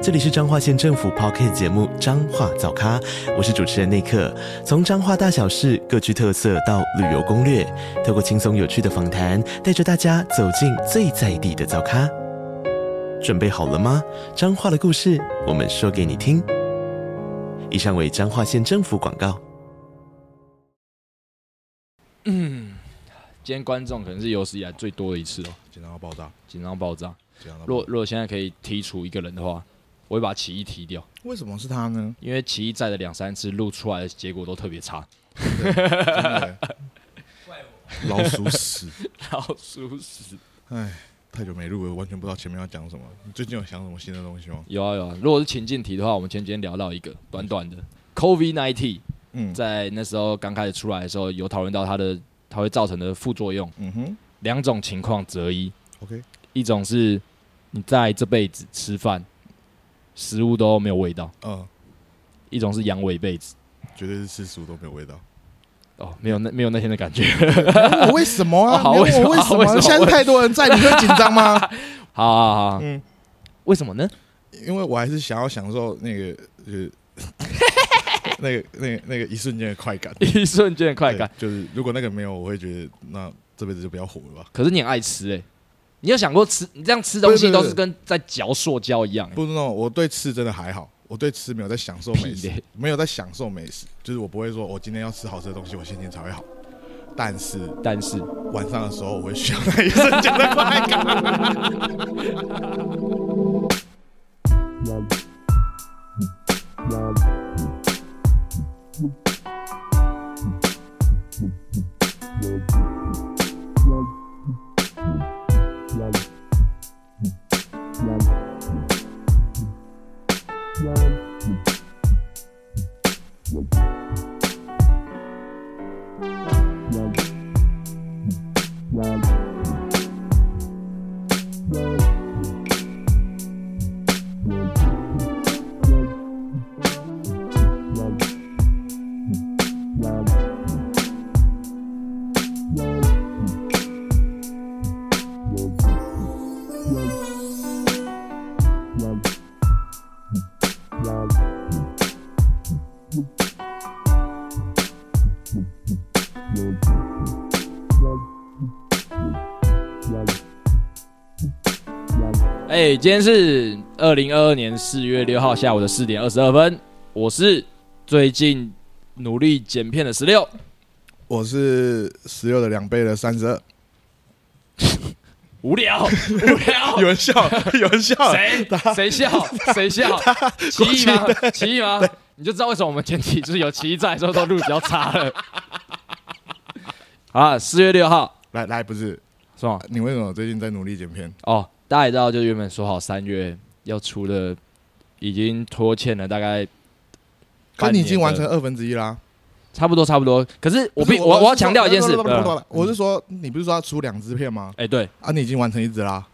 这里是彰化县政府 p o c k t 节目《彰化早咖》，我是主持人内克。从彰化大小事各具特色到旅游攻略，透过轻松有趣的访谈，带着大家走进最在地的早咖。准备好了吗？彰化的故事，我们说给你听。以上为彰化县政府广告。嗯今天观众可能是有史以来最多的一次哦，紧张到爆炸，紧张到爆炸。紧张到爆炸。若若现在可以剔除一个人的话，我会把起义踢掉，为什么是他呢？因为起义在的两三次录出来的结果都特别差。真的 老鼠屎！老鼠屎！哎，太久没录了，完全不知道前面要讲什么。你最近有想什么新的东西吗？有啊有啊，如果是情境题的话，我们前几天聊到一个短短的 COVID nineteen，嗯在那时候刚开始出来的时候，有讨论到它的它会造成的副作用，嗯哼两种情况择一， ，OK，一种是你在这辈子吃饭食物都没有味道，嗯，一种是阳痿一辈子。呃绝对是吃熟都没有味道。哦，没有那没有那天的感觉。 我为什么哦好你问我为什么好为什么现在太多人在，你会紧张吗？好好好好，嗯，为什么呢？ 因为我还是想要享受那个，就是 那个、那个、那个一瞬间的快感。一瞬间的 快感。对就是如果那个没有，我会觉得那这辈子就不要活了吧。可是你很爱吃哎、你有想过吃？你这样吃东西不是不都是是跟在嚼塑胶一样、欸。不知道，我对吃真的还好，我对吃没有在享受美屁食咧，没有在享受美食，就是我不会说我今天要吃好吃的东西，我心情才会好。但是但是晚上的时候，我会需要那一瞬间的快感。哎、今天是二零二二年四月六号下午的四点二十二分，我是最近努力剪片的十六。我是十六的两倍的三十二，无聊，无聊有，人笑，有人笑，谁谁笑谁笑？奇异吗？奇异吗？你就知道为什么我们前期就是有奇异在的时候都录比较差了。好啊，四月六号来来，不是是吗？你为什么最近在努力剪片？哦，大家也知道，就原本说好三月要出的，已经拖欠了大概可半年的，你已经完成二分之一啦。差不多差不多。可是我不必是我我要强调一件事，不不不不不嗯不我是说，你不是说要出两支片吗？哎对，啊，你已经完成一支啦。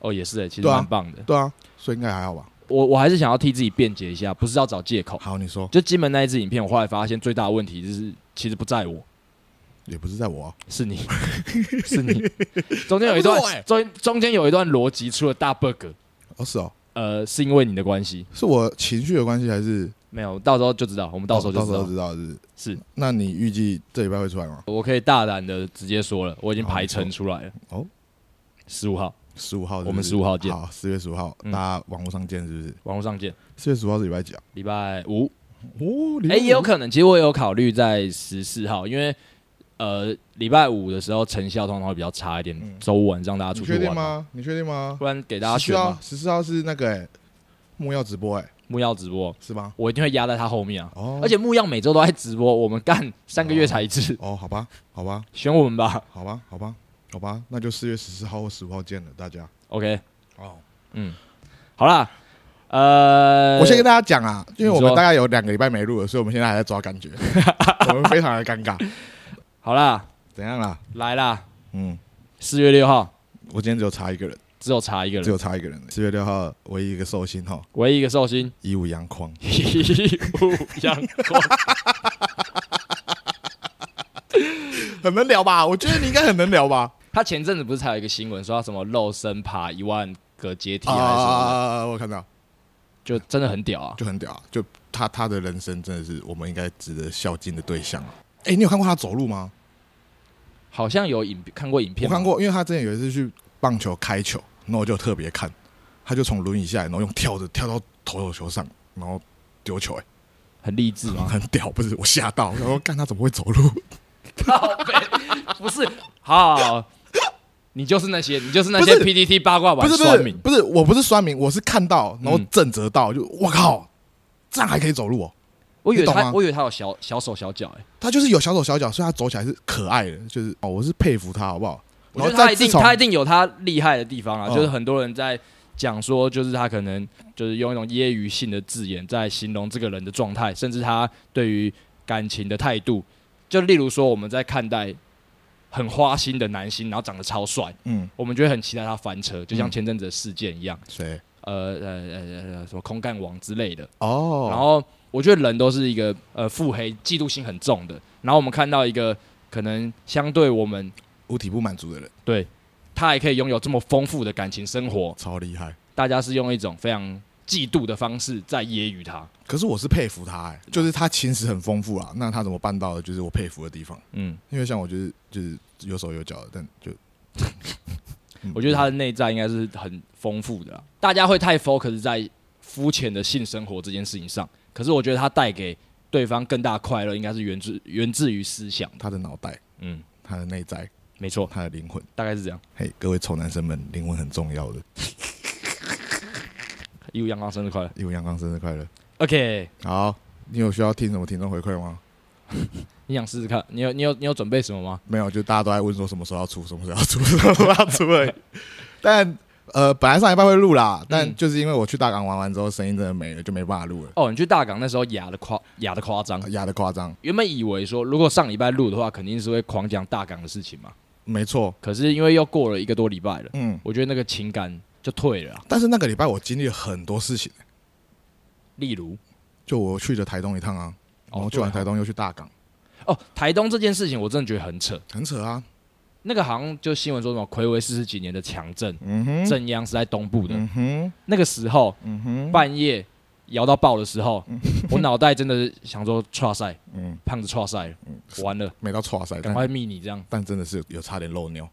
哦也是哎，其实对啊蛮棒的。对啊，所以应该还好吧？我我还是想要替自己辩解一下，不是要找借口。好，你说就金门那一支影片，我后来发现最大的问题就是其实不在我，也不是在我啊、是你， 是你。中间有一段还不错哎中中间有一段逻辑出了大 bug，哦，是哦，呃，是因为你的关系。是我情绪有关系还是？没有，到时候就知道，我们到时候就到知时道。候知道是不是。是，那你预计这礼拜会出来吗？我可以大胆的直接说了，我已经排程出来了。哦，十五号十五号是不是，我们15号见好，四月十五号，嗯大家网络上见，是不是？网络上见，四月十五号是礼拜几啊？礼拜五。哦，哎、也有可能，其实我有考虑在十四号，因为呃礼拜五的时候成效通常会比较差一点，嗯周五晚上大家你出去确定玩嘛，吗？你确定吗？不然给大家选啊嘛。十四号是那个哎，木曜直播哎，木曜直播，是吗？我一定会压在他后面啊。哦，而且木曜每周都在直播，我们干三个月才一次，哦，好吧，好吧， 选我们吧。好吧，好吧，好吧，那就四月十四号或十五号见了，大家。 OK，哦，好啦，呃，我先跟大家讲啊，因为我你们说大概有两个礼拜没录了，所以我们现在还在 抓感觉，我们非常的尴尬。好啦，怎样啦？啊来啦，嗯，四月六号我今天只有查一个人，只有查一个人，只有查一个人。四月六号唯一一个寿星哈，唯一一个寿星，一五阳光，一五阳光。很能聊吧？我觉得你应该很能聊吧？他前阵子不是才有一个新闻说他什么肉身爬一万个阶梯还是什么的，啊，我看到就真的很屌啊！就很屌啊，就他他的人生真的是我们应该值得孝敬的对象啊。哎，你有看过他走路吗？好像有影看过影我片，看，过，因为他之前有一次去棒球开球，那我就特别看，他就从轮椅下来，然后用跳着跳到投手球上，然后丢球、欸，很励志哎，吗？ 很屌，不是我吓到，然后看他怎么会走路，靠北不是，好好，好你就是那些，你就是那些不是 PPT 八卦不版是不酸是民，不是，我不是酸民，我是看到然后嗯震折到，就我靠，这样还可以走路哦，我以为你懂他吗，我以为他有小小手小脚，哎，他就是有小手小脚，所以他走起来是可爱的，就是哦，我是佩服他，好不好？我然觉得后他再一自定从他一定有他厉害的地方啊，嗯就是很多人在讲说，就是他可能就是用一种揶揄性的字眼在形容这个人的状态，甚至他对于感情的态度。就例如说，我们在看待很花心的男星，然后长得超帅，嗯我们就会很期待他翻车，就像嗯前阵子的事件一样，谁呃呃呃呃，什么空干王之类的。哦，然后我觉得人都是一个呃腹黑、嫉妒心很重的。然后我们看到一个可能相对我们物体不满足的人对他还可以拥有这么丰富的感情生活，超厉害，大家是用一种非常嫉妒的方式在揶揄他。可是我是佩服他、欸，就是他情史很丰富啊，那他怎么办到的？就是我佩服的地方。嗯，因为像我就是就是有手有脚的，但就嗯我觉得他的内在应该是很丰富的啦。大家会太 focus 在肤浅的性生活这件事情上，可是我觉得他带给对方更大的快乐，应该是源自源自于思想的。他的脑袋、嗯，他的内在、没错，他的灵魂。 大概是这样。嘿，各位丑男生们，灵魂很重要的。一五阳光生日快乐。一五阳光生日快乐！ OK，好，你有需要听什么听众回馈吗？你想试试看？你有你有你有准备什么吗？没有，就大家都在问说什么时候要出，什么时候要出，什么时候要出 而已。但呃，本来上一半会录啦，但嗯就是因为我去大港玩完之后，声音真的没了，就没办法录了，哦，你去大港那时候哑的夸哑的夸张。压的夸张。原本以为说，如果上礼拜录的话，肯定是会狂讲大港的事情嘛。没错，可是因为又过了一个多礼拜了，嗯。我觉得那个情感就退了啊、但是那个礼拜我经历了很多事情，例如，就我去了台东一趟啊，然后哦，去完对台东又去大港，哦，台东这件事情我真的觉得很扯。很扯啊。那个好像就新闻说什么暌违四十几年的强震，嗯哼，正央是在东部的。嗯哼，那个时候嗯哼，半夜摇到爆的时候， 我脑袋真的想说，哇塞，嗯，胖子哇塞了，完了，没到错赛，赶但快密你这样。但真的是有差点漏 尿，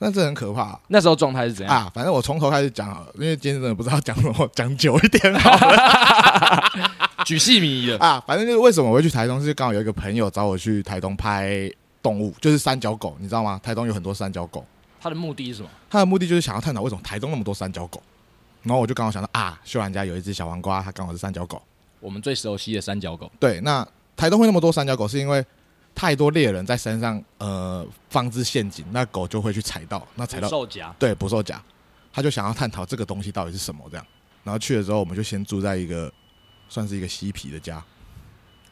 但这很可怕啊那时候状态是怎样？反正我从头开始讲好了，因为今天真的不知道讲什么，讲久一点好了举戏迷 的，啊。反正就是为什么我会去台东，是刚好有一个朋友找我去台东拍动物，就是三角狗，你知道吗？台东有很多三角狗，他的目的是什么？他的目的就是想要探讨为什么台东那么多三角狗。然后我就刚好想到啊，秀兰家有一只小黄瓜，它刚好是三角狗。我们最熟悉的三角狗，对，那台东会那么多三角狗，是因为太多猎人在山上呃放置陷阱，那狗就会去踩到，那踩到兽夹，对捕兽夹，他就想要探讨这个东西到底是什么这样。然后去了之后，我们就先住在一个算是一个嬉皮的家，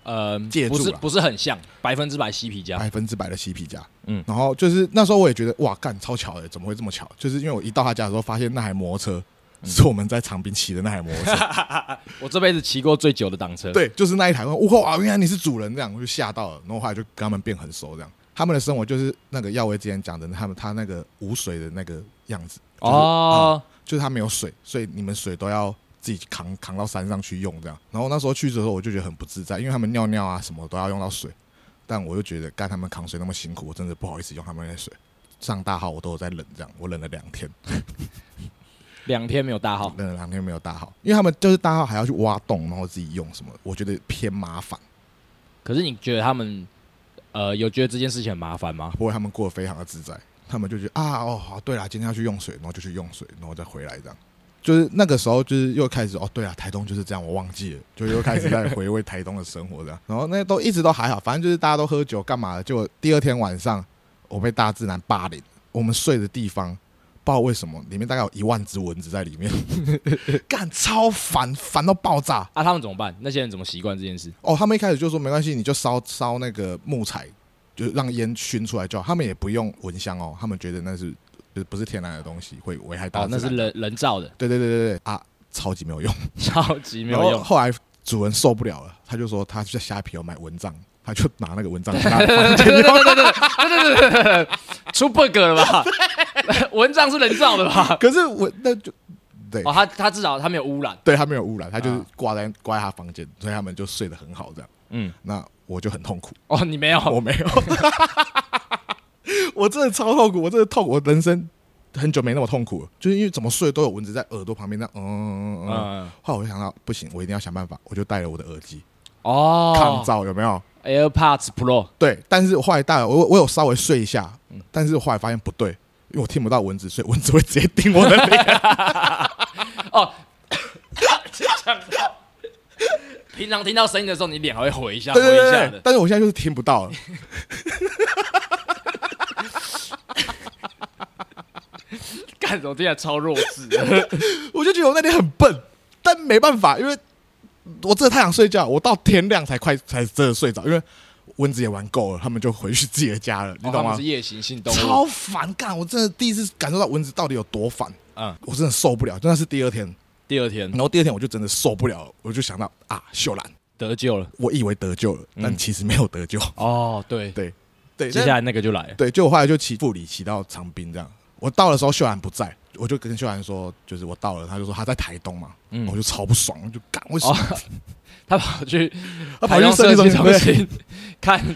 呃，借啊不助是啦不是很像，百分之百嬉皮家，百分之百的嬉皮家。嗯嗯，然后就是那时候我也觉得哇，干超巧的，怎么会这么巧？就是因为我一到他家的时候，发现那台摩托车是我们在长滨骑的那台摩托车，我这辈子骑过最久的挡车。，对，就是那一台。哇，原来你是主人这样，我就吓到了。然后后来就跟他们变很熟这样。他们的生活就是那个耀威之前讲的，他们他那个无水的那个样子，就是哦，就是啊它没有水，所以你们水都要自己扛扛到山上去用这样。然后那时候去的时候，我就觉得很不自在，因为他们尿尿啊什么都要用到水，但我又觉得干他们扛水那么辛苦，我真的不好意思用他们的水。上大号我都有在忍，这样我忍了两天，两天没有大号，忍了两天没有大号，因为他们就是大号还要去挖洞，然后自己用什么，我觉得偏麻烦。可是你觉得他们呃有觉得这件事情很麻烦吗？不过他们过得非常的自在，他们就觉得啊哦好，对啦，今天要去用水，然后就去用水，然后再回来这样。就是那个时候，就是又开始哦，对啊，台东就是这样，我忘记了，就又开始在回味台东的生活这样。然后那都一直都还好，反正就是大家都喝酒干嘛的。结果第二天晚上，我被大自然霸凌，我们睡的地方不知道为什么里面大概有一万只蚊子在里面， 干超烦，烦到爆炸。啊，他们怎么办？那些人怎么习惯这件事？哦，他们一开始就说没关系，你就烧烧那个木材，就让烟熏出来就好，他们也不用蚊香哦，他们觉得那是就是不是天然的东西，会危害到哦，那是人人造 的，对对对对对啊，超级没有用，超级没然后有用。 后来主人受不了了，他就说他去虾皮有买蚊帐，他就拿那个蚊帐去他的房间 出 bug 了 吧？蚊帐是人造的吧？可是蚊那就对哦，他他至少他没有污染。对他没有污染，他就是啊挂在挂在他房间，所以他们就睡得很好这样。嗯，那我就很痛苦，哦，你没有，我没有， 我真的超痛苦，我真的痛苦，我人生很久没那么痛苦了，就是因为怎么睡都有蚊子在耳朵旁边，那嗯嗯嗯嗯嗯。嗯，后来我就想到，不行，我一定要想办法，我就戴了我的耳机哦，抗噪，有没有？ AirPods Pro，对，但是我后来戴了，我我有稍微睡一下，但是我后来发现不对，因为我听不到蚊子，所以蚊子会直接叮我的脸。哦，想到平常听到声音的时候，你脸还会回一下，对回对一对下对的，。但是我现在就是听不到了。干什么？听起来超弱智的。我就觉得我那天很笨，但没办法，因为我真的太想睡觉，我到天亮才快才真的睡着，因为蚊子也玩够了，他们就回去自己的家了， 你哦懂他吗？们是夜行性动物。超烦，干！我真的第一次感受到蚊子到底有多烦，嗯，我真的受不了。真的是第二天，第二天然后第二天我就真的受不了了，我就想到啊，秀兰，得救了。我以为得救了，但其实没有得救。哦，嗯 对，对对，接但下来那个就来了。对，就我后来就骑副理骑到长滨这样。我到的时候，秀兰不在，我就跟秀兰说，就是我到了，他就说他在台东嘛，嗯我就超不爽，我就干为什哦么？，他跑去他台跑去中设设计计中中 心，心看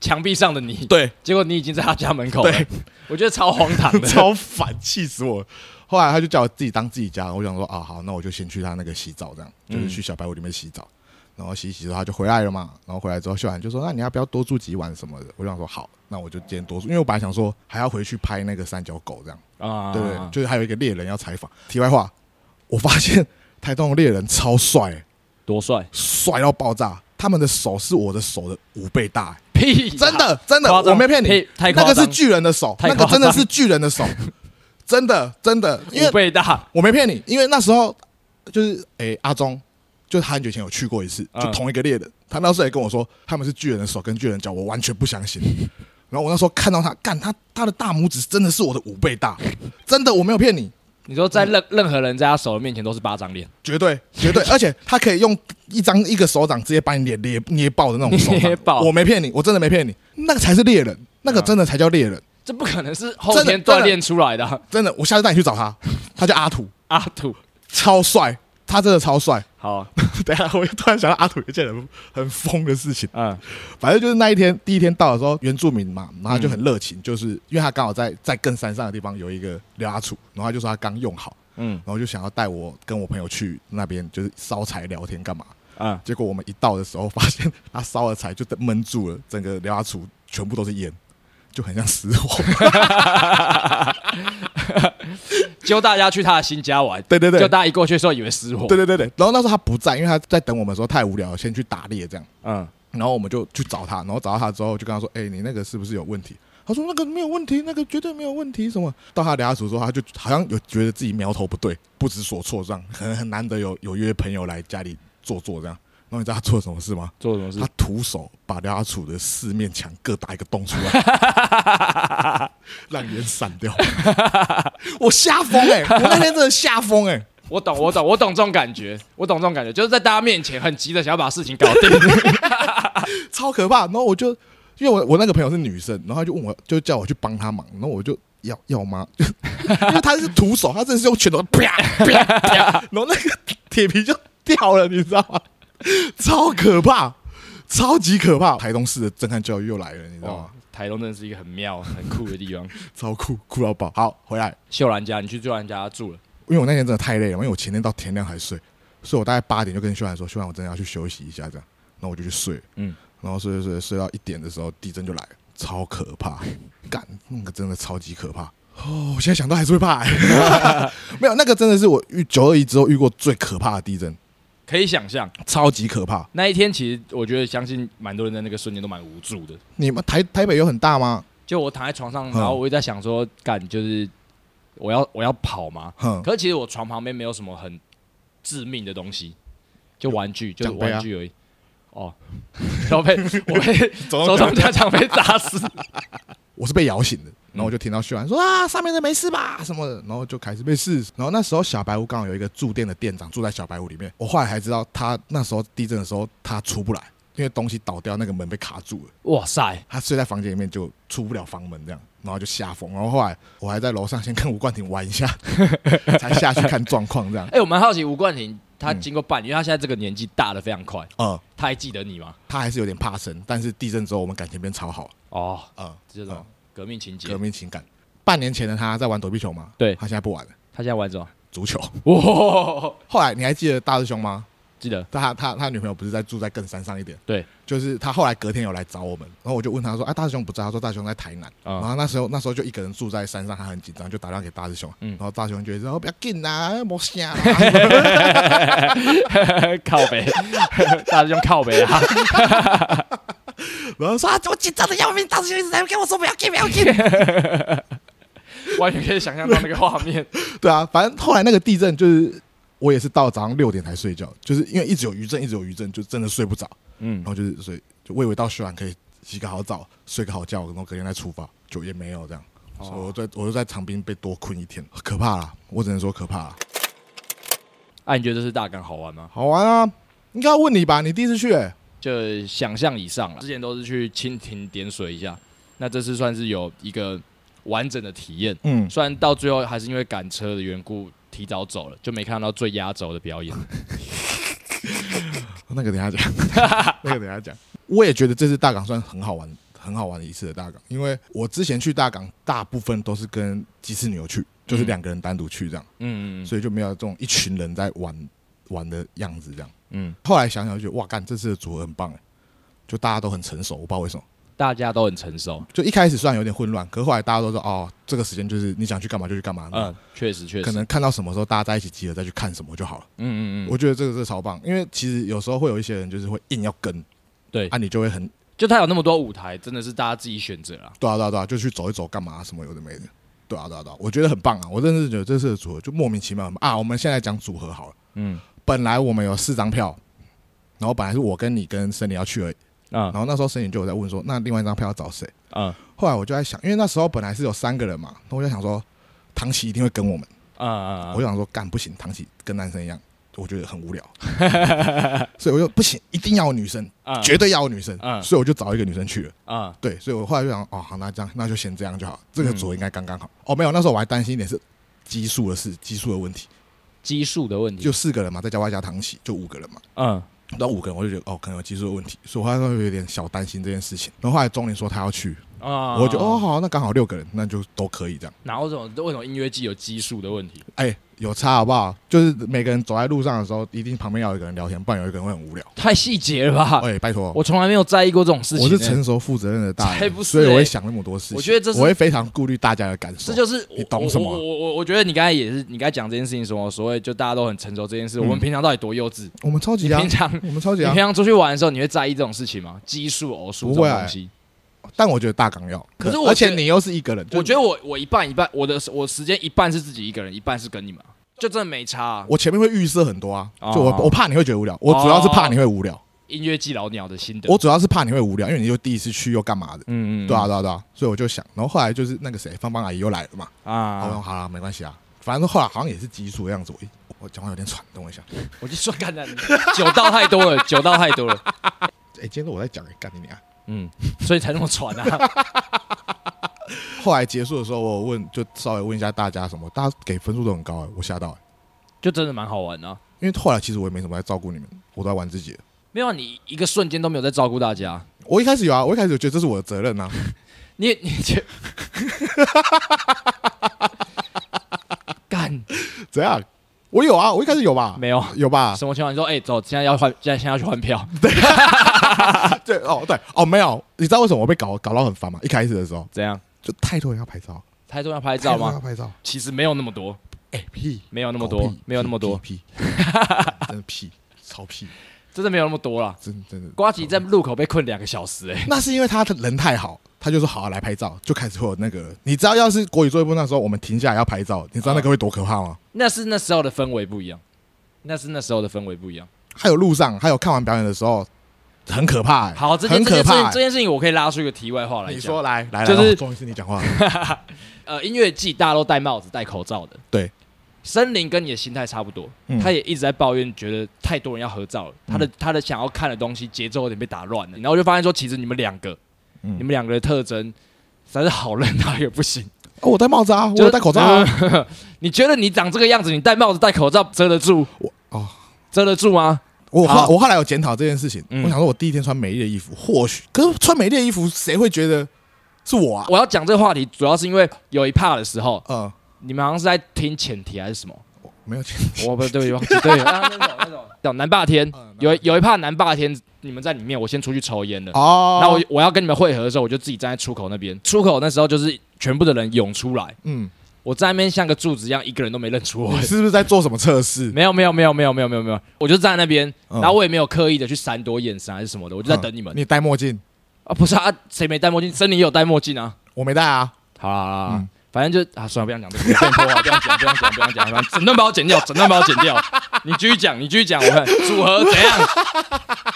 墙壁上的你，对结果你已经在他家门口了。对，我觉得超荒唐的。超烦，气死我了。后来他就叫我自己当自己家，我想说啊，好，那我就先去他那个洗澡，这样嗯就是去小白屋里面洗澡，然后洗一洗之后他就回来了嘛，然后回来之后秀兰就说，那你要不要多住几晚什么的？我就想说好，那我就今天多住，因为我本来想说还要回去拍那个三角狗这样。啊，对就是还有一个猎人要采访。题外话，我发现台东的猎人超帅、欸多帅，帅到爆炸。他们的手是我的手的五倍大、欸屁，真，的真的，夸张我没骗你嘿，太那夸个张是巨人的手，太那夸个张真的是巨人的手，真的 真的，因五为倍大，我没骗你，因为那时候就是诶、阿忠，就是他很久以前有去过一次，嗯就同一个猎人，他那时候也跟我说他们是巨人的手跟巨人脚，我完全不相信。然后我那时候看到他，干他他的大拇指真的是我的五倍大，真的我没有骗你，你说在任任何人在他手的面前都是八张脸，绝对绝对，而且他可以用一张一个手掌直接把你脸捏捏爆的那种手 掌，捏爆嗯我没骗你，我真的没骗你，那个才是猎人，那个真的才叫猎人，这不可能是后真的天锻炼出来的啊。真的，我下次带你去找他， 他叫阿土，阿土，超帅，他真的超帅。好啊， 等一下，我又突然想到阿土有一件很很疯的事情，嗯， 反正就是那一天第一天到的时候，原住民嘛，然后他就很热情，就是因为他刚好在在更山上的地方有一个疗阿土，然后他就说他刚用好，嗯然后就想要带我跟我朋友去那边就是烧柴聊天干嘛。嗯，结果我们一到的时候，发现他烧了柴就闷住了，整个疗厨全部都是烟，就很像死 火。揪大家去他的新家玩，对对对就大家一过去的时候以为失火，对对对对，然后那时候他不在，因为他在等我们的时候太无聊了，先去打猎这样。嗯，然后我们就去找他，然后找到他之后就跟他说：“哎、你那个是不是有问题？”他说：“那个没有问题，那个绝对没有问题。”什么？到他聊主之后，他就好像有觉得自己苗头不对，不知所措，这样很很难得有有约朋友来家里坐坐这样。然后你知道他做了什么事吗？做什么事他？徒手把廖阿楚的四面墙各打一个洞出来，让烟散掉。我吓疯哎！我那天真的吓疯哎！我懂，我懂，我懂这种感觉，我懂这种感觉，就是在大家面前很急的想要把事情搞 定。超可怕。然后我就因为我我那个朋友是女生，然后她就问我，就叫我去帮她忙，然后我就要要吗？因为她是徒手，她真的是用拳头啪啪啪，然后那个铁皮就掉了，你知道吗？超可怕，超级可怕！台东市的震撼教育又来了，你知道哇吗？，哦台东真的是一个很妙、很酷的地方。超酷，酷到爆！好，回来，秀兰家，你去秀兰家住了，因为我那天真的太累了，因为我前天到天亮才睡，所以我大概八点就跟秀兰说，秀兰我真的要去休息一下，这样，然后我就去睡，嗯，然后睡睡睡睡到一点的时候，地震就来了，超可怕，干那个真的超级可怕哦！我现在想到还是会 怕、欸，没有那个真的是我遇九二一之后遇过最可怕的地震，可以想象超级可怕。那一天，其实我觉得相信蛮多人在那个瞬间都蛮无助的。你们台台北有很大吗？就我躺在床上，嗯然后我就在想说，干就是我要我要跑吗？哼，可是其实我床旁边没有什么很致命的东西，就玩具，就是奖杯啊玩具而已。哦， 然后被 我被手走冢家长被砸死，我是被摇醒的，然后我就听到秀兰说啊，上面的没事吧什么的，然后就开始没事。然后那时候小白屋刚好有一个住店的店长住在小白屋里面，我后来才知道他那时候地震的时候他出不来，因为东西倒掉，那个门被卡住了，哇塞，他睡在房间里面就出不了房门这样，然后就吓疯。然后后来我还在楼上先跟 吴冠廷玩一下，才下去看状况这样哎、。我蛮好奇吴冠廷他嗯经过半年，因为他现在这个年纪大的非常快，呃，他还记得你吗？他还是有点怕生，但是地震之后我们感情变超好，哦，呃，这种革命情节革。命情感。半年前的他在玩躲避球嘛，对他现在不玩了，他现在玩什么？足球。哇，后来你还记得大师兄吗？记得他他他女朋友不是在住在更山上一点，对， 就是他后来隔天有来找我们，然后我就问他说：“啊，大师兄不在？”他说：“大师兄在台南。啊然后那时候那时候就一个人住在山上，他很紧张，就打电话给大师兄。啊嗯然后大师兄就说：“哦不要紧啊，莫想。靠北， 大师兄靠北啊！” 然后说：“啊，我紧张的要命，大师兄一直在跟我说不要紧，不要紧。完全可以想象到那个画面。” 对啊，反正后来那个地震就是我也是到早上六点才睡觉，就是因为一直有余震，一直有余震，就真的睡不着。嗯然，后就是所以就我以为到学完可以洗个好澡，睡个好觉，然后隔天再出发，就也没有这样。所以我在我就在长滨被多困一天，可怕啦！我只能说可怕啦。啊，你觉得这次大港好玩吗？好玩啊！应该要问你吧，你第一次去、欸，就想象以上了，之前都是去蜻蜓点水一下，那这次算是有一个完整的体验。嗯，虽然到最后还是因为赶车的缘故提早走了，就没看到最压轴的表演。哦那个等一下 讲，那个等一下讲。我也觉得这次大港算很好玩，很好玩的一次的大港，因为我之前去大港大部分都是跟几次女友去，就是两个人单独去这样，嗯嗯所以就没有这种一群人在玩玩的样子这样。嗯，后来想想就觉得，哇，干这次的组合很棒、欸，就大家都很成熟，我不知道为什么。大家都很成熟。就一开始虽然有点混乱，可后来大家都说哦，这个时间就是你想去干嘛就去干嘛，嗯，确实确实。可能看到什么时候大家在一起集合再去看什么就好了。嗯嗯嗯，我觉得这个是超棒，因为其实有时候会有一些人就是会硬要跟，对啊，你就会很就他有那么多舞台，真的是大家自己选择啦。对啊对啊对啊，就去走一走干嘛什么有的没的，对啊对啊对啊，我觉得很棒啊，我真的是觉得这次的组合就莫名其妙很棒啊。我们现在讲组合好了，嗯本来我们有四张票，然后本来是我跟你跟森林要去而已，啊然后那时候森林就有在问说，那另外一张票要找谁？啊后来我就在想，因为那时候本来是有三个人嘛，那我就想说唐琪一定会跟我们。啊啊！我就想说，干不行，唐琪跟男生一样，我觉得很 无聊，所以我就不行，一定要有女生，啊绝对要有女生，嗯所以我就找一个女生去了。啊对，所以我后来就想，哦，好，那这样那就先这样就好，这嗯个组合应该刚刚好。哦，没有，那时候我还担心一点是基数的事，基数的问题，基数的问题。就四个人嘛，再加外加唐琪，就五个人嘛。嗯然后五个人，我就觉得哦，可能有技术的问题，所以我后来就有点小担心这件事情。然后后来钟林说他要去，啊，我就觉得哦，好，那刚好六个人，那就都可以这样。然后这种为什么音乐季有基数的问题？哎、有差好不好？就是每个人走在路上的时候，一定旁边要有一个人聊天，不然有一个人会很无聊。太细节了吧？哎、拜托，啊我从来没有在意过这种事情、我是欸成熟负责任的大才人，不是所以我欸会想那么多事情。我觉得这是我会非常顾虑大家的感受。欸这就是我你懂什么我我我我觉得你刚才也是，你刚才讲这件事情，什么所谓就大家都很成熟这件事，我们平常到底多幼稚？我们超级你啊平，常我们超级你啊平。常出去玩的时候，你会在意这种事情吗？基数、偶数不这种会啊东西。但我觉得大纲要，可是对我而觉得且你又是一个人，就我觉得我我一半一半，我的我时间一半是自己一个人，一半是跟你们啊，就真的没差、啊。我前面会预设很多啊，哦就我我怕你会觉得无聊，我主要是怕你会无聊，音乐季老鸟的心得，我主要是怕你会无聊，因为你就第一次去又干嘛的。嗯嗯，对啊，对啊，对啊，所以我就想，然后后来就是那个谁，芳芳阿姨又来了嘛，好啊了，，好了，没关系啊，反正后来好像也是激素的样子，我我我讲话有点喘，等我一下。我就说干的， 酒到太多了，酒到太多了， 哎、今天都我在讲、欸，干你娘！嗯，所以才那么喘 啊。后来结束的时候，我有问就稍微问一下大家什么，大家给分数都很高、欸，我吓到、欸，就真的蛮好玩的、啊。因为后来其实我也没什么在照顾你们，我都在玩自己的。没有啊，你一个瞬间都没有在照顾大家，我一开始有啊，我一开始觉得这是我的责任啊，你你觉 干怎样？我有啊，我一开始有吧？没有？有吧？什么情况？你说哎、走，现在要换，现在现在要去换 票。对哦，对哦，没有。你知道为什么我被搞搞到很烦吗？一开始的时候怎样？就太多人要拍照，台中要拍照太多人要吗？拍照，其实没有那么多，哎、啊屁，没有那那么多，没有那么多，屁，屁真的屁，超屁，真的没有那么多啦。真真的。瓜吉在路口被困两个小时、哎，那是因为他的人太好，他就说好、啊、来拍照，就开始会有那个。你知道，要是国语作业部那时候我们停下来要拍照，你知道那个会多可怕吗？那是那时候的氛围不一样，那是那时候的氛围不一样。还有路上，还有看完表演的时候，很可怕、欸，好，这件很可这件怕、这欸。件事情我可以拉出一个题外话来你讲。说来来，就是来哦终于是你讲话了，呃，音乐季大家都戴帽子、戴口罩的，对。森林跟你的心态差不多，嗯他也一直在抱怨，觉得太多人要合照了，他的他的想要看的东西节奏有点被打乱了，然后我就发现说，其实你们两个，嗯你们两个的特征实在是好人到一个不行，哦，我戴帽子啊，我就有戴口罩啊，呃 你觉得你长这个样子，你戴帽子、戴口罩遮得住？我哦遮得住吗？我好后我后来有检讨这件事情，嗯我想说，我第一天穿美丽的衣服，或许，可是穿美丽的衣服，谁会觉得是我啊？我要讲这个话题，主要是因为有一 part 的时候，呃，你们好像是在听前提还是什么？我没有钱， 我不对，忘记 对，啊那种那种叫南霸天嗯，有一有一趴南霸天，你们在里面，我先出去抽烟了。 哦，那我我要跟你们会合的时候，我就自己站在出口那边。出口那时候就是全部的人涌出来，嗯，我在那边像个柱子一样，一个人都没认出我 你。是不是在做什么测试？没有没有没有没有没有没有没有，我就站在那边，嗯然后我也没有刻意的去闪躲眼神还是什么的，我就在等你们嗯你戴墨镜，啊！不是啊，谁没戴墨镜？森林也有戴墨镜啊！我没戴啊。好啦好啦好啦嗯，反正就啊，算了，不想讲这个，不要破话，不要讲，不要讲，不要讲，反正整段把我剪掉，整段把我剪掉。你继续讲，你继续讲，我看组合怎样？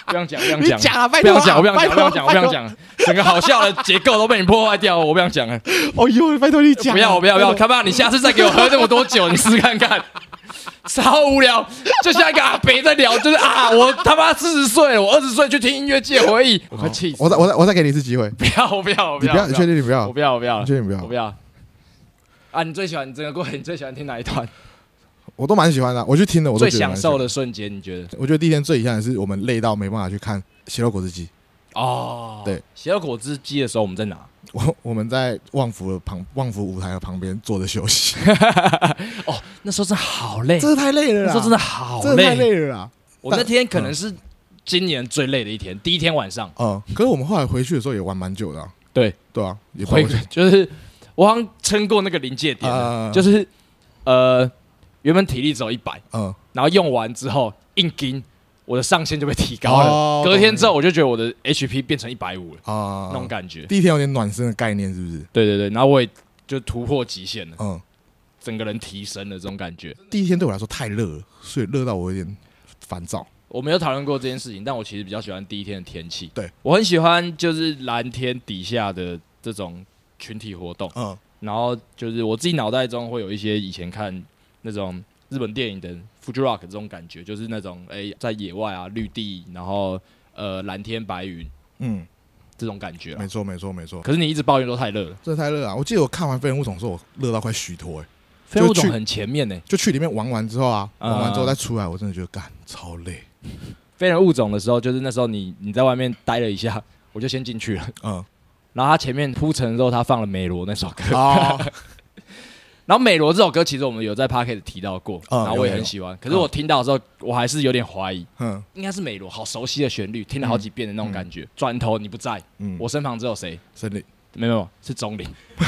不想讲，不想你讲，讲啊，拜不托想啊，讲，我不想拜讲，我托不想讲，我不想。讲，整个好笑的结构都被你破坏掉了，我不想讲了。哦呦，拜托你讲啊，不要，我不要，不要，拜托看吧，你下次再给我喝这么多酒，你试试看看。超无聊，就像一个阿北在聊，就是啊，我他妈四十岁了，我二十岁去听音乐界回忆，我快气死了！我再我再我再给你一次机会，不要，我不要，我不你要，不要，我你确定你不要我？不要，我不要，你确定不要我不要。啊，你最喜欢你整个过程，你 最喜欢听哪一段？我都蛮喜欢的，啊我去听的，我都最觉得蛮享喜欢受。的瞬间，你觉得？我觉得第一天最遗憾的是，我们累到没办法去看《血肉果汁机》。哦，对，血肉果汁机的时候我们在哪？我我们在旺福的旁，旺福舞台的旁边坐着休 息，哦，那时候真的好累，这太累了那啦！时候真的好这啊太累了啦。我那天可能是今年最累的一天，第一天晚上，嗯，可是我们后来回去的时候也玩蛮久的啊。对对啊，也不回知道为什么 就是我好像撑过那个临界点了，啊，就是呃，原本体力只有一百，嗯，然后用完之后硬筋，我的上限就被提高了。哦隔天之后，我就觉得我的 HP 变成一百五了，啊那种感觉。第一天有点暖身的概念，是不是？对对对，然后我也就突破极限了，嗯，整个人提升了这种感觉。第一天对我来说太热了，所以热到我有点烦躁。我没有讨论过这件事情，但我其实比较喜欢第一天的天气。对我很喜欢就是蓝天底下的这种群体活动，嗯然后就是我自己脑袋中会有一些以前看那种日本电影的 Fuji Rock 这种感觉，就是那种哎、在野外啊绿地，然后呃蓝天白云嗯，这种感觉啊没。错没错没错，可是你一直抱怨都太热了，真的太热啊！我记得我看完《飞人物种》之后，我热到快虚脱哎。飞舞就去种很前面呢、就去里面玩完之后啊，啊玩完之后再出来，我真的觉得干超累。非人物种的时候，就是那时候你你在外面待了一下，我就先进去了。 嗯，然后他前面铺陈的时候，他放了《美罗》那首歌。哦，然后《美罗》这首歌，其实我们有在 p a c k e t 提到过，嗯然后我也很喜欢。可是我听到的时候，我还是有点怀疑，嗯应该是《美罗》，好熟悉的旋律，听了好几遍的那种感觉。转头你不在，嗯，我身旁只有谁？森林嗯没有，没有，是钟林。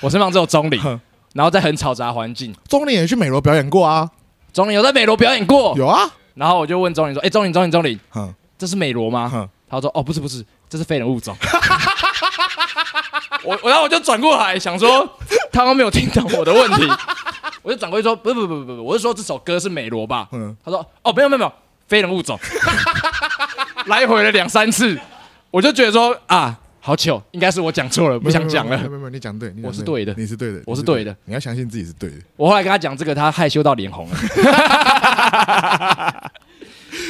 我身旁只有钟 林，哼然后在很嘈杂的环境，钟林也去美罗表演过啊，钟林有在《美罗》表演过。有啊，嗯然后我就问钟林说：“哎，钟林，钟林，钟林，哼这是《美罗》吗？”哼，他说：“哦，不是不是，这是非人物种。 我”我然后我就转过来想说，他们没有听懂我的问题， 我就转过去说：“不是不是不是不是，我是说这首歌是美罗吧？”嗯他说：“哦，没有没有没有，非人物种。” 来回了两三次，我就觉得说啊，好糗，应该是我讲错了，不想讲没有了。没有没有，你讲对，你讲我是对的你是对的，我是对的你，你要相信自己是对的，我后来跟他讲这个，他害羞到脸红 了。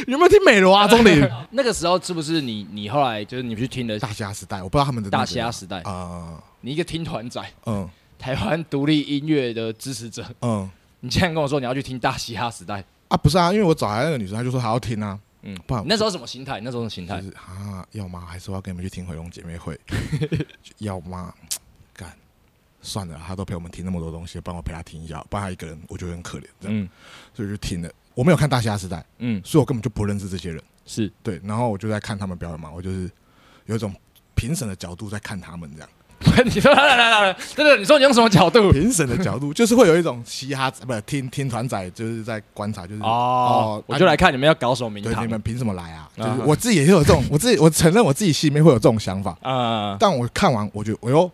有没有听美罗啊？钟 林那个时候是不是你你后来就是你去听了大虾时代，我不知道他们的那大个虾时代，啊，你一个听团仔，嗯台湾独立音乐的支持者。嗯你竟然跟我说你要去听大嘻哈时代，啊，不是啊，因为我找来那个女生，她就说她要听啊，嗯，不然你那时候什么心态？你那时候什么心态就？是啊，要吗？还是我要跟你们去听回龙姐妹会？ 要吗？干，算了，她都陪我们听那么多东西，帮我陪她听一下，不然她一个人我觉得很可怜，这样，嗯所以我就听了。我没有看《大虾时代》，嗯，所以我根本就不认识这些人。是 对，然后我就在看他们表演嘛，我就是有一种评审的角度在看他们这样，你说来来来来，对对，你说你用什么角度？ 评审的角度就是会有一种嘻哈仔，不是听听团仔，就是在观察，就是哦，我就啊来看你们要搞什么名对堂你们凭什么来啊？就是啊我自己也有这种，我自己 我承认我自己心里面会有这种想法，啊？但我看完，我觉得，哎呦，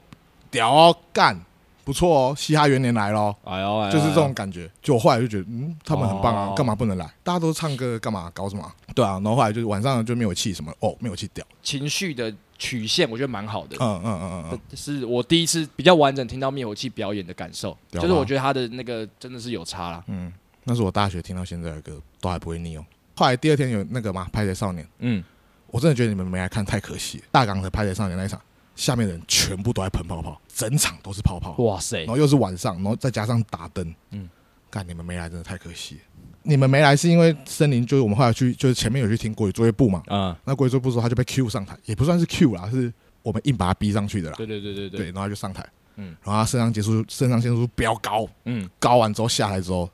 屌哦干，不不错哦，嘻哈元年来咯，哎呦，哎呦就是这种，感觉。就我后来就觉得，嗯，他们很棒啊哦，干嘛不能来？大家都唱歌，干嘛搞什么啊？对啊，然后后来就是晚上就灭火器什么，哦，灭火器屌，情绪的曲线，我觉得蛮好的。嗯嗯嗯嗯嗯，是我第一次比较完整听到灭火器表演的感受，屌就是我吧觉得他的那个真的是有差啦。嗯，那是我大学听到现在的歌，都还不会腻哦。后来第二天有那个嘛，《拍谁少年》，嗯，我真的觉得你们没来看太可惜了。大港的《拍谁少年》那一场，下面的人全部都在喷泡泡，整场都是泡泡，哇塞然，后又是晚上，然后再加上打灯，嗯嗯，干你们没来真的太可惜了。你们没来是因为森林，就是我们后来去，就是前面有去听国语作业部嘛，嗯，那国语作业部的时候他就被 Q 上台，也不算是 Q 啦，是我们硬把他逼上去的啦，对对对对对，，然后他就上台，嗯嗯，然后他肾上腺素肾上腺素飙高，嗯，高完之后下来之后，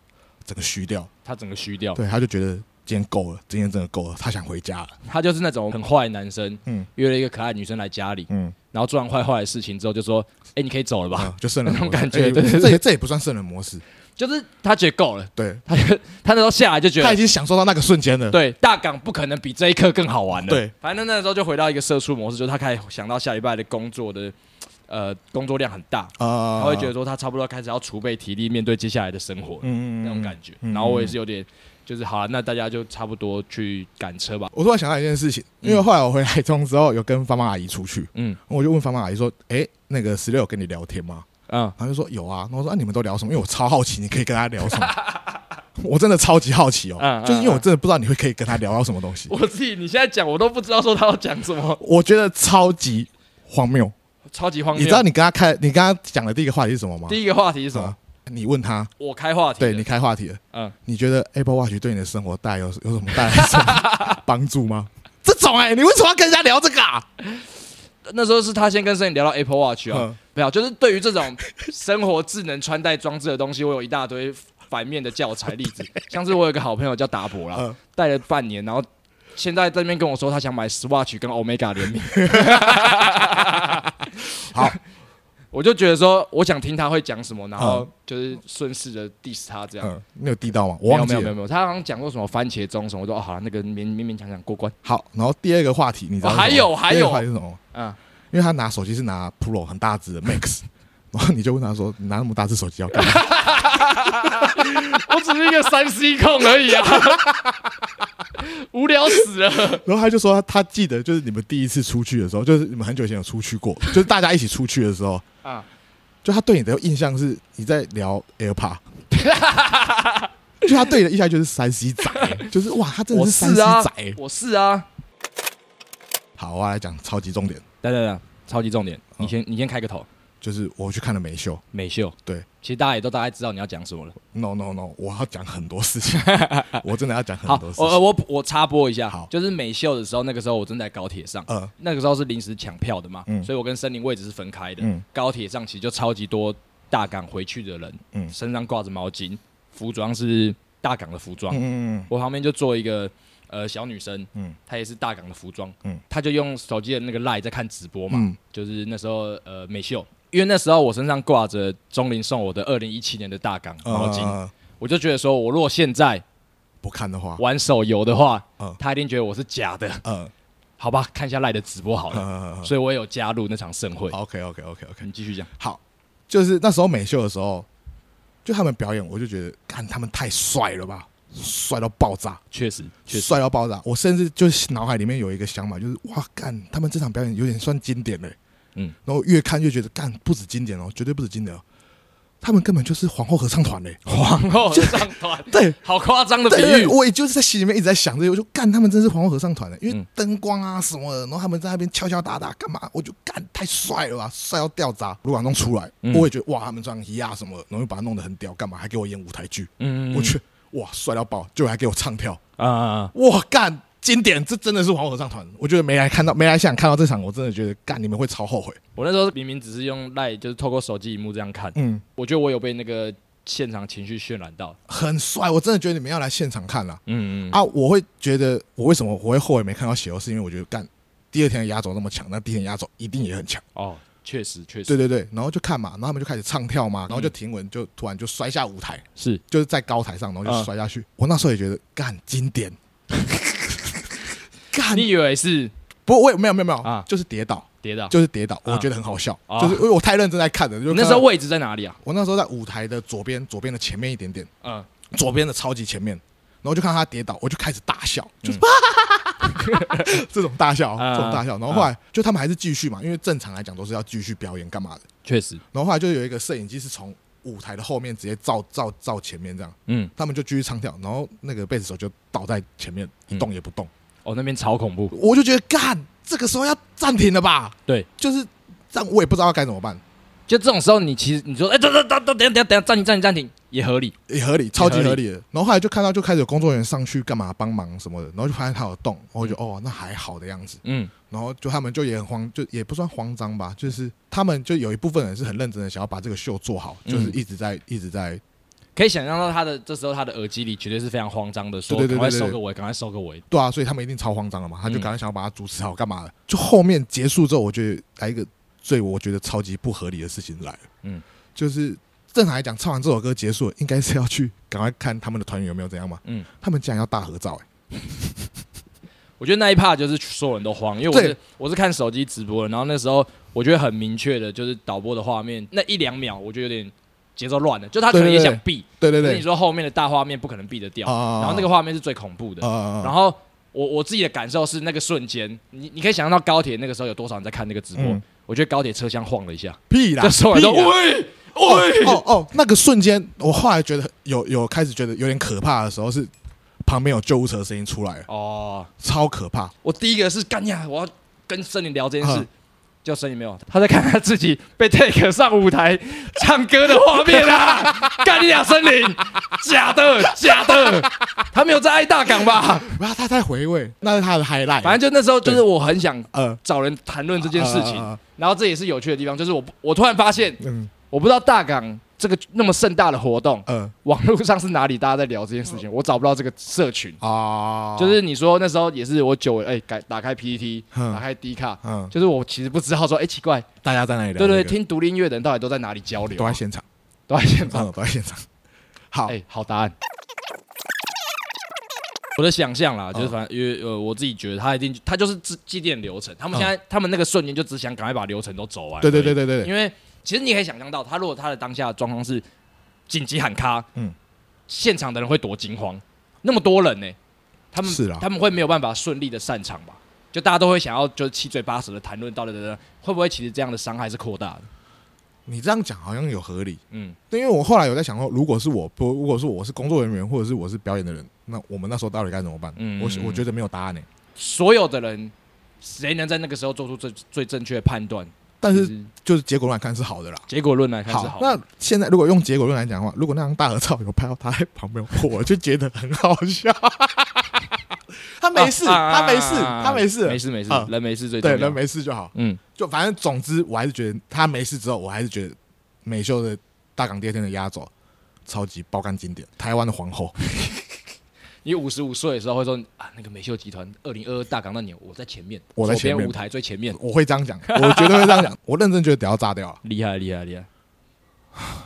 整个虚掉，他整个虚掉，对，他就觉得今天够了，今天真的够了，他想回家了，他就是那种很坏的男生，嗯约了一个可爱女生来家里，嗯，然后做完坏坏的事情之后，就说：“哎，你可以走了吧啊，就圣人那种模式感觉哎对对对这也这也不算圣人模式，？”就是他觉得够了，对他就他那时候下来就觉他得，已经享受到那个瞬间了，对，大港不可能比这一刻更好玩了。对，反正那时候就回到一个社畜模式，就是他开始想到下礼拜的工作的，呃，工作量很大，他啊会觉得说他差不多开始要储备体力面对接下来的生活了嗯那种感觉。嗯然后我也是有点，就是好了，那大家就差不多去赶车吧。我突然想到一件事情，因为后来我回台中之后，有跟芳芳阿姨出去，嗯我就问芳芳阿姨说：“哎、那个十六有跟你聊天吗嗯？”，她就说：“有啊。”然后我说：“啊，你们都聊什么？”因为我超好奇，你可以跟她 聊什么。我真的超级好奇哦，嗯嗯就是因为我真的不知道你会可以跟她聊到什么东西， 我自己你现在讲我都不知道说他要讲什么，我觉得超级荒谬。超级荒谬。你知道你跟她开，你跟她讲的第一个话题是什么吗？第一个话题是什么啊？你问她，我开话题的，对你开话题了，嗯，你觉得 Apple Watch 对你的生活带有有什么带来什么帮助吗？ 这种哎、你为什么要跟人家聊这个啊？那时候是他先跟森林聊到 Apple Watch 啊嗯，没有，就是对于这种生活智能穿戴装置的东西，我有一大堆反面的教材例 子，像是我有一个好朋友叫达博啦嗯，戴了半年，然后现在在那边跟我说他想买 Swatch 跟 Omega 联名， 好，我就觉得说我想听他会讲什么，然后嗯就是顺势的 diss 他这样。嗯，你有地道吗？我忘没记有了没有没有。没有，他好像讲过什么番茄钟什么，我说哦好了，那个勉勉勉强强过关。好，然后第二个话题，你知道是什么吗、哦还有还有第二个话题是什么吗？嗯，因为他拿手机是拿 Pro 很大只的 Max，然后你就问他说：“你拿那么大只手机要干嘛我只是一个三 C 控而已啊， 无聊死了。？”然后他就说他记得就是你们第一次出去的时候，就是你们很久以前有出去过，就是大家一起出去的时候，啊，就他对你的印象是你在聊 AirPod，就他对你的印象就是三 C 仔，就是哇，他真的我是三 C 是啊仔。，欸我是啊。好，我要来讲超级重点，等等等，超级重点，你先你先开个头，就是我去看了美秀。美秀。对，其实大家也都大概知道你要讲什么了。 No No No，我要讲很多 事情，我真的要讲很好哦多，事我情。我我插播一下，好就是美秀的时候，那个时候我正在高铁上，呃，那个时候是临时抢票的嘛，嗯所以我跟森林位置是分开的。嗯高铁上其实就超级多大港回去的人，嗯身上挂着毛巾，服装是大港的服装。嗯嗯我旁边就坐一个呃小女生，嗯她也是大港的服装，嗯她就用手机的那个 line 在看直播嘛，嗯就是那时候呃美秀，因为那时候我身上挂着钟林送我的二零一七年的大港嗯，毛巾，呃我就觉得说，我如果现在不看的话，玩手游的话，嗯她一定觉得我是假的，嗯好吧，看一下 line 的直播好了，嗯所以我也有加入那场盛会。 ，OK OK OK OK，你继续讲，好，就是那时候美秀的时候，就他们表演，我就觉得，看他们太帅了吧，帅到爆炸，确实确实，帅到爆炸。我甚至就是脑海里面有一个想法，就是哇，干他们这场表演有点算经典嘞、嗯，然后越看越觉得，干不止经典哦，绝对不止经典哦，他们根本就是皇后合唱团嘞、皇后合唱团， 对。好夸张的比对，喻因为，我也就是在心里面一直在想这些，我就干他们真是皇后合唱团的、因嗯为灯光啊什么的，然后他们在那边敲敲打打干嘛，我就干太帅了吧，帅到掉渣。卢广仲出来，嗯我也觉得哇，他们穿衣啊什么的，然后又把他弄得很屌，干嘛还给我演舞台剧，嗯我去哇帅到爆，就还给我唱跳，啊啊啊，哇干经典，这真的是皇后合唱团。我觉得没来看到，没来想看到这场，我真的觉得干你们会超后悔。我那时候明明只是用 line，就是透过手机荧幕这样看，嗯，我觉得我有被那个现场情绪渲染到。很帅，我真的觉得你们要来现场看啦。嗯啊，我会觉得我为什么我会后悔没看到血肉，是因为我觉得干第二天的压轴那么强，那第一天压轴一定也很强。哦，确实确实对对对，然后就看嘛，然后他们就开始唱跳嘛，嗯然后就停稳，就突然就摔下舞台，是就是在高台上，然后就啊摔下去。我那时候也觉得干经 典，干你以为是啊不过我也没有没有没有啊就是跌倒，跌倒。就是跌倒，嗯我觉得很好笑，哦就是因为我太认真在看了，就你那看时到候位置在哪里啊？我那时候在舞台的左边，左边的前面一点点，嗯，左边的超级前面，然后就看到他跌倒，我就开始大笑，就是、 这种大笑，啊这种大笑。然后后来就他们还是继续嘛，因为正常来讲都是要继续表演干嘛的。确实，然后后来就有一个摄影机是从舞台的后面直接照照照前面这样，嗯，他们就继续唱跳，然后那个贝斯手就倒在前面一动也不动，哦，那边超恐怖，我就觉得干，这个时候要暂停了吧？对，就是这样，我也不知道该怎么办，就这种时候，你其实你说，哎，等等等等等等等，暂停暂停暂停，也合理。也合理，超级合理的。然后后来就看到就开始有工作人员上去干嘛帮忙什么的，然后就发现他有动，然后我就、哦那还好的样子。嗯，然后就他们就也很慌，就也不算慌张吧，就是他们就有一部分人是很认真的想要把这个秀做好，嗯就是一直在一直在可以想象到他的这时候他的耳机里绝对是非常慌张的，说对对赶对快对对收个尾，赶快收个尾。对啊，所以他们一定超慌张了嘛，他就嗯赶快想要把它主持好干嘛的。就后面结束之后，我觉得来一个最我觉得超级不合理的事情来了，嗯嗯，就是正常来讲，唱完这首歌结束，应该是要去赶快看他们的团员有没有怎样嘛，嗯嗯，他们竟然要大合照、欸，我觉得那一趴就是所有人都慌，因为我对是我是看手机直播的，然后那时候我觉得很明确的就是导播的画面那一两秒，我觉得有点节奏乱了，就他可能也对对对想避，对对可是你对，说后面的大画面不可能避得掉，啊然后那个画面是最恐怖的。啊然后我我自己的感受是那个瞬间，你你可以想象到高铁那个时候有多少人在看那个直播，嗯我觉得高铁车厢晃了一下，屁啦，就所有人都屁啦喂哦喂，哦哦，那个瞬间，我后来觉得有有开始觉得有点可怕的时候是。旁边有救护车的声音出来 了，哦，超可怕！我第一个是干呀，我要跟森林聊这件事嗯。就森林没有，他在看他自己被 take 上舞台唱歌的画面啊！干你俩森林，假的假的，他没有在爱大港吧？然后他在回味，那是他的 highlight。反正就那时候，就是对我很想呃，找人谈论这件事情啊啊啊啊，然后这也是有趣的地方，就是我不我突然发现，嗯我不知道大港这个那么盛大的活动，呃网络上是哪里大家在聊这件事嗯情，我找不到这个社群。啊，就是你说那时候也是我久违哎，改打开 PPT，嗯打开 D 卡，嗯，就是我其实不知道说哎奇怪，大家在那里聊对这个、对，听独立音乐的人到底都在哪里交流都啊？在哦现场， 都在现场。嗯，都在现场。好，哎，好答案。我的想象啦，哦就是反正因为呃，我自己觉得他一定他就是祭祭奠流程，他们现在他们那个瞬间就只想赶快把流程都走完。哦对对对对对对，因为其实你可以想象到，他如果他的当下的状况是紧急喊卡，嗯嗯，现场的人会多惊慌，那么多人呢、他们是啦他们会没有办法顺利的散场吧？就大家都会想要就是七嘴八舌的谈论到底等等，会不会其实这样的伤害是扩大的？你这样讲好像有合理，嗯，但因为我后来有在想说，如果是我不，如果是我是工作人员或者是我是表演的人，那我们那时候到底该怎么办？嗯我嗯我觉得没有答案呢、欸所有的人谁能在那个时候做出最最正确的判断？但其是实就是结果来看是好的啦。结果论来看是好的。那现在如果用结果论来讲的话，如果那张大合照有拍到他在旁边，我就觉得很好笑。 他没事，啊啊他没事，啊啊他没事，没事没事啊，人没事最重对，要。人没事就好。嗯，就反正总之，我还是觉得他没事之后，我还是觉得美秀的大港第二天的压轴超级爆肝经典，台湾的皇后。你五十五岁的时候会说啊，那个美秀集团二零二二大港那年，我在前面，我在左边前面舞台最前面，我会这样讲，嗯 我绝对会这样讲，我认真觉得屌要炸掉了。厉害厉害厉害，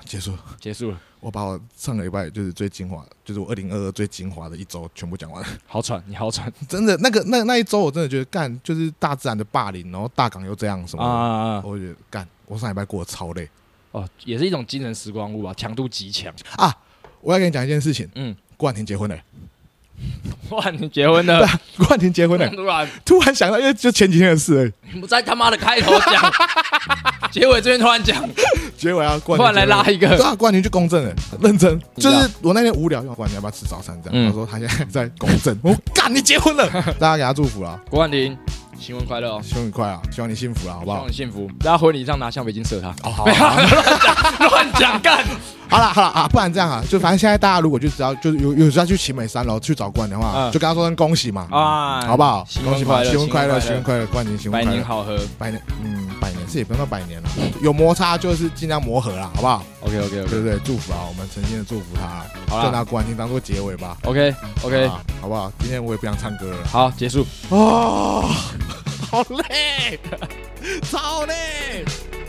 结束，结束了，我把我上个礼拜就是最精华，就是我二零二二最精华的一周全部讲完了。好喘，你好喘真的，那个那那一周我真的觉得干，就是大自然的霸凌，然后大港又这样什么啊的，啊！啊我觉得干，我上礼拜过得超累哦，也是一种精神时光屋吧，强度极强。 啊。我要跟你讲一件事情，嗯，郭婉婷结婚了、 哇，你结婚 了？郭婉婷结婚了、突然，突然想到，因为就前几天的事而已。你不在他妈的开头讲， 结尾这边突然讲，结尾啊，冠突然来拉一个对啊，冠军去公证了，认真。你知就道是我那天无聊，冠军要不要吃早餐？这嗯样，他说他现在在公证。我 干，你结婚了，大家给他祝福啦，郭冠霖，新婚快乐哦，希望你快啊，希望你幸福啦，好希不好望你？幸福。大家婚礼上拿橡皮筋射他，哦，好啊，好啊 乱讲干。好啦，好啦啊，不然这样啊，就反正现在大家如果就只要就是有有时候要去奇美三楼去找冠的话，嗯就跟他说声恭喜嘛，啊好不好新？婚恭喜嘛，快乐新婚快乐，新婚新婚快乐，冠军新百婚快年乐，好合。百年，嗯，百年是也不用到百年了，有摩擦就是尽量磨合啦，好不好？ OK OK 对 OK 不对？祝福啊，我们诚心的祝福他，好啦就拿冠军当做结尾吧。 OK OK，啊好不好？今天我也不想唱歌了好，结束。哦，好累，超累。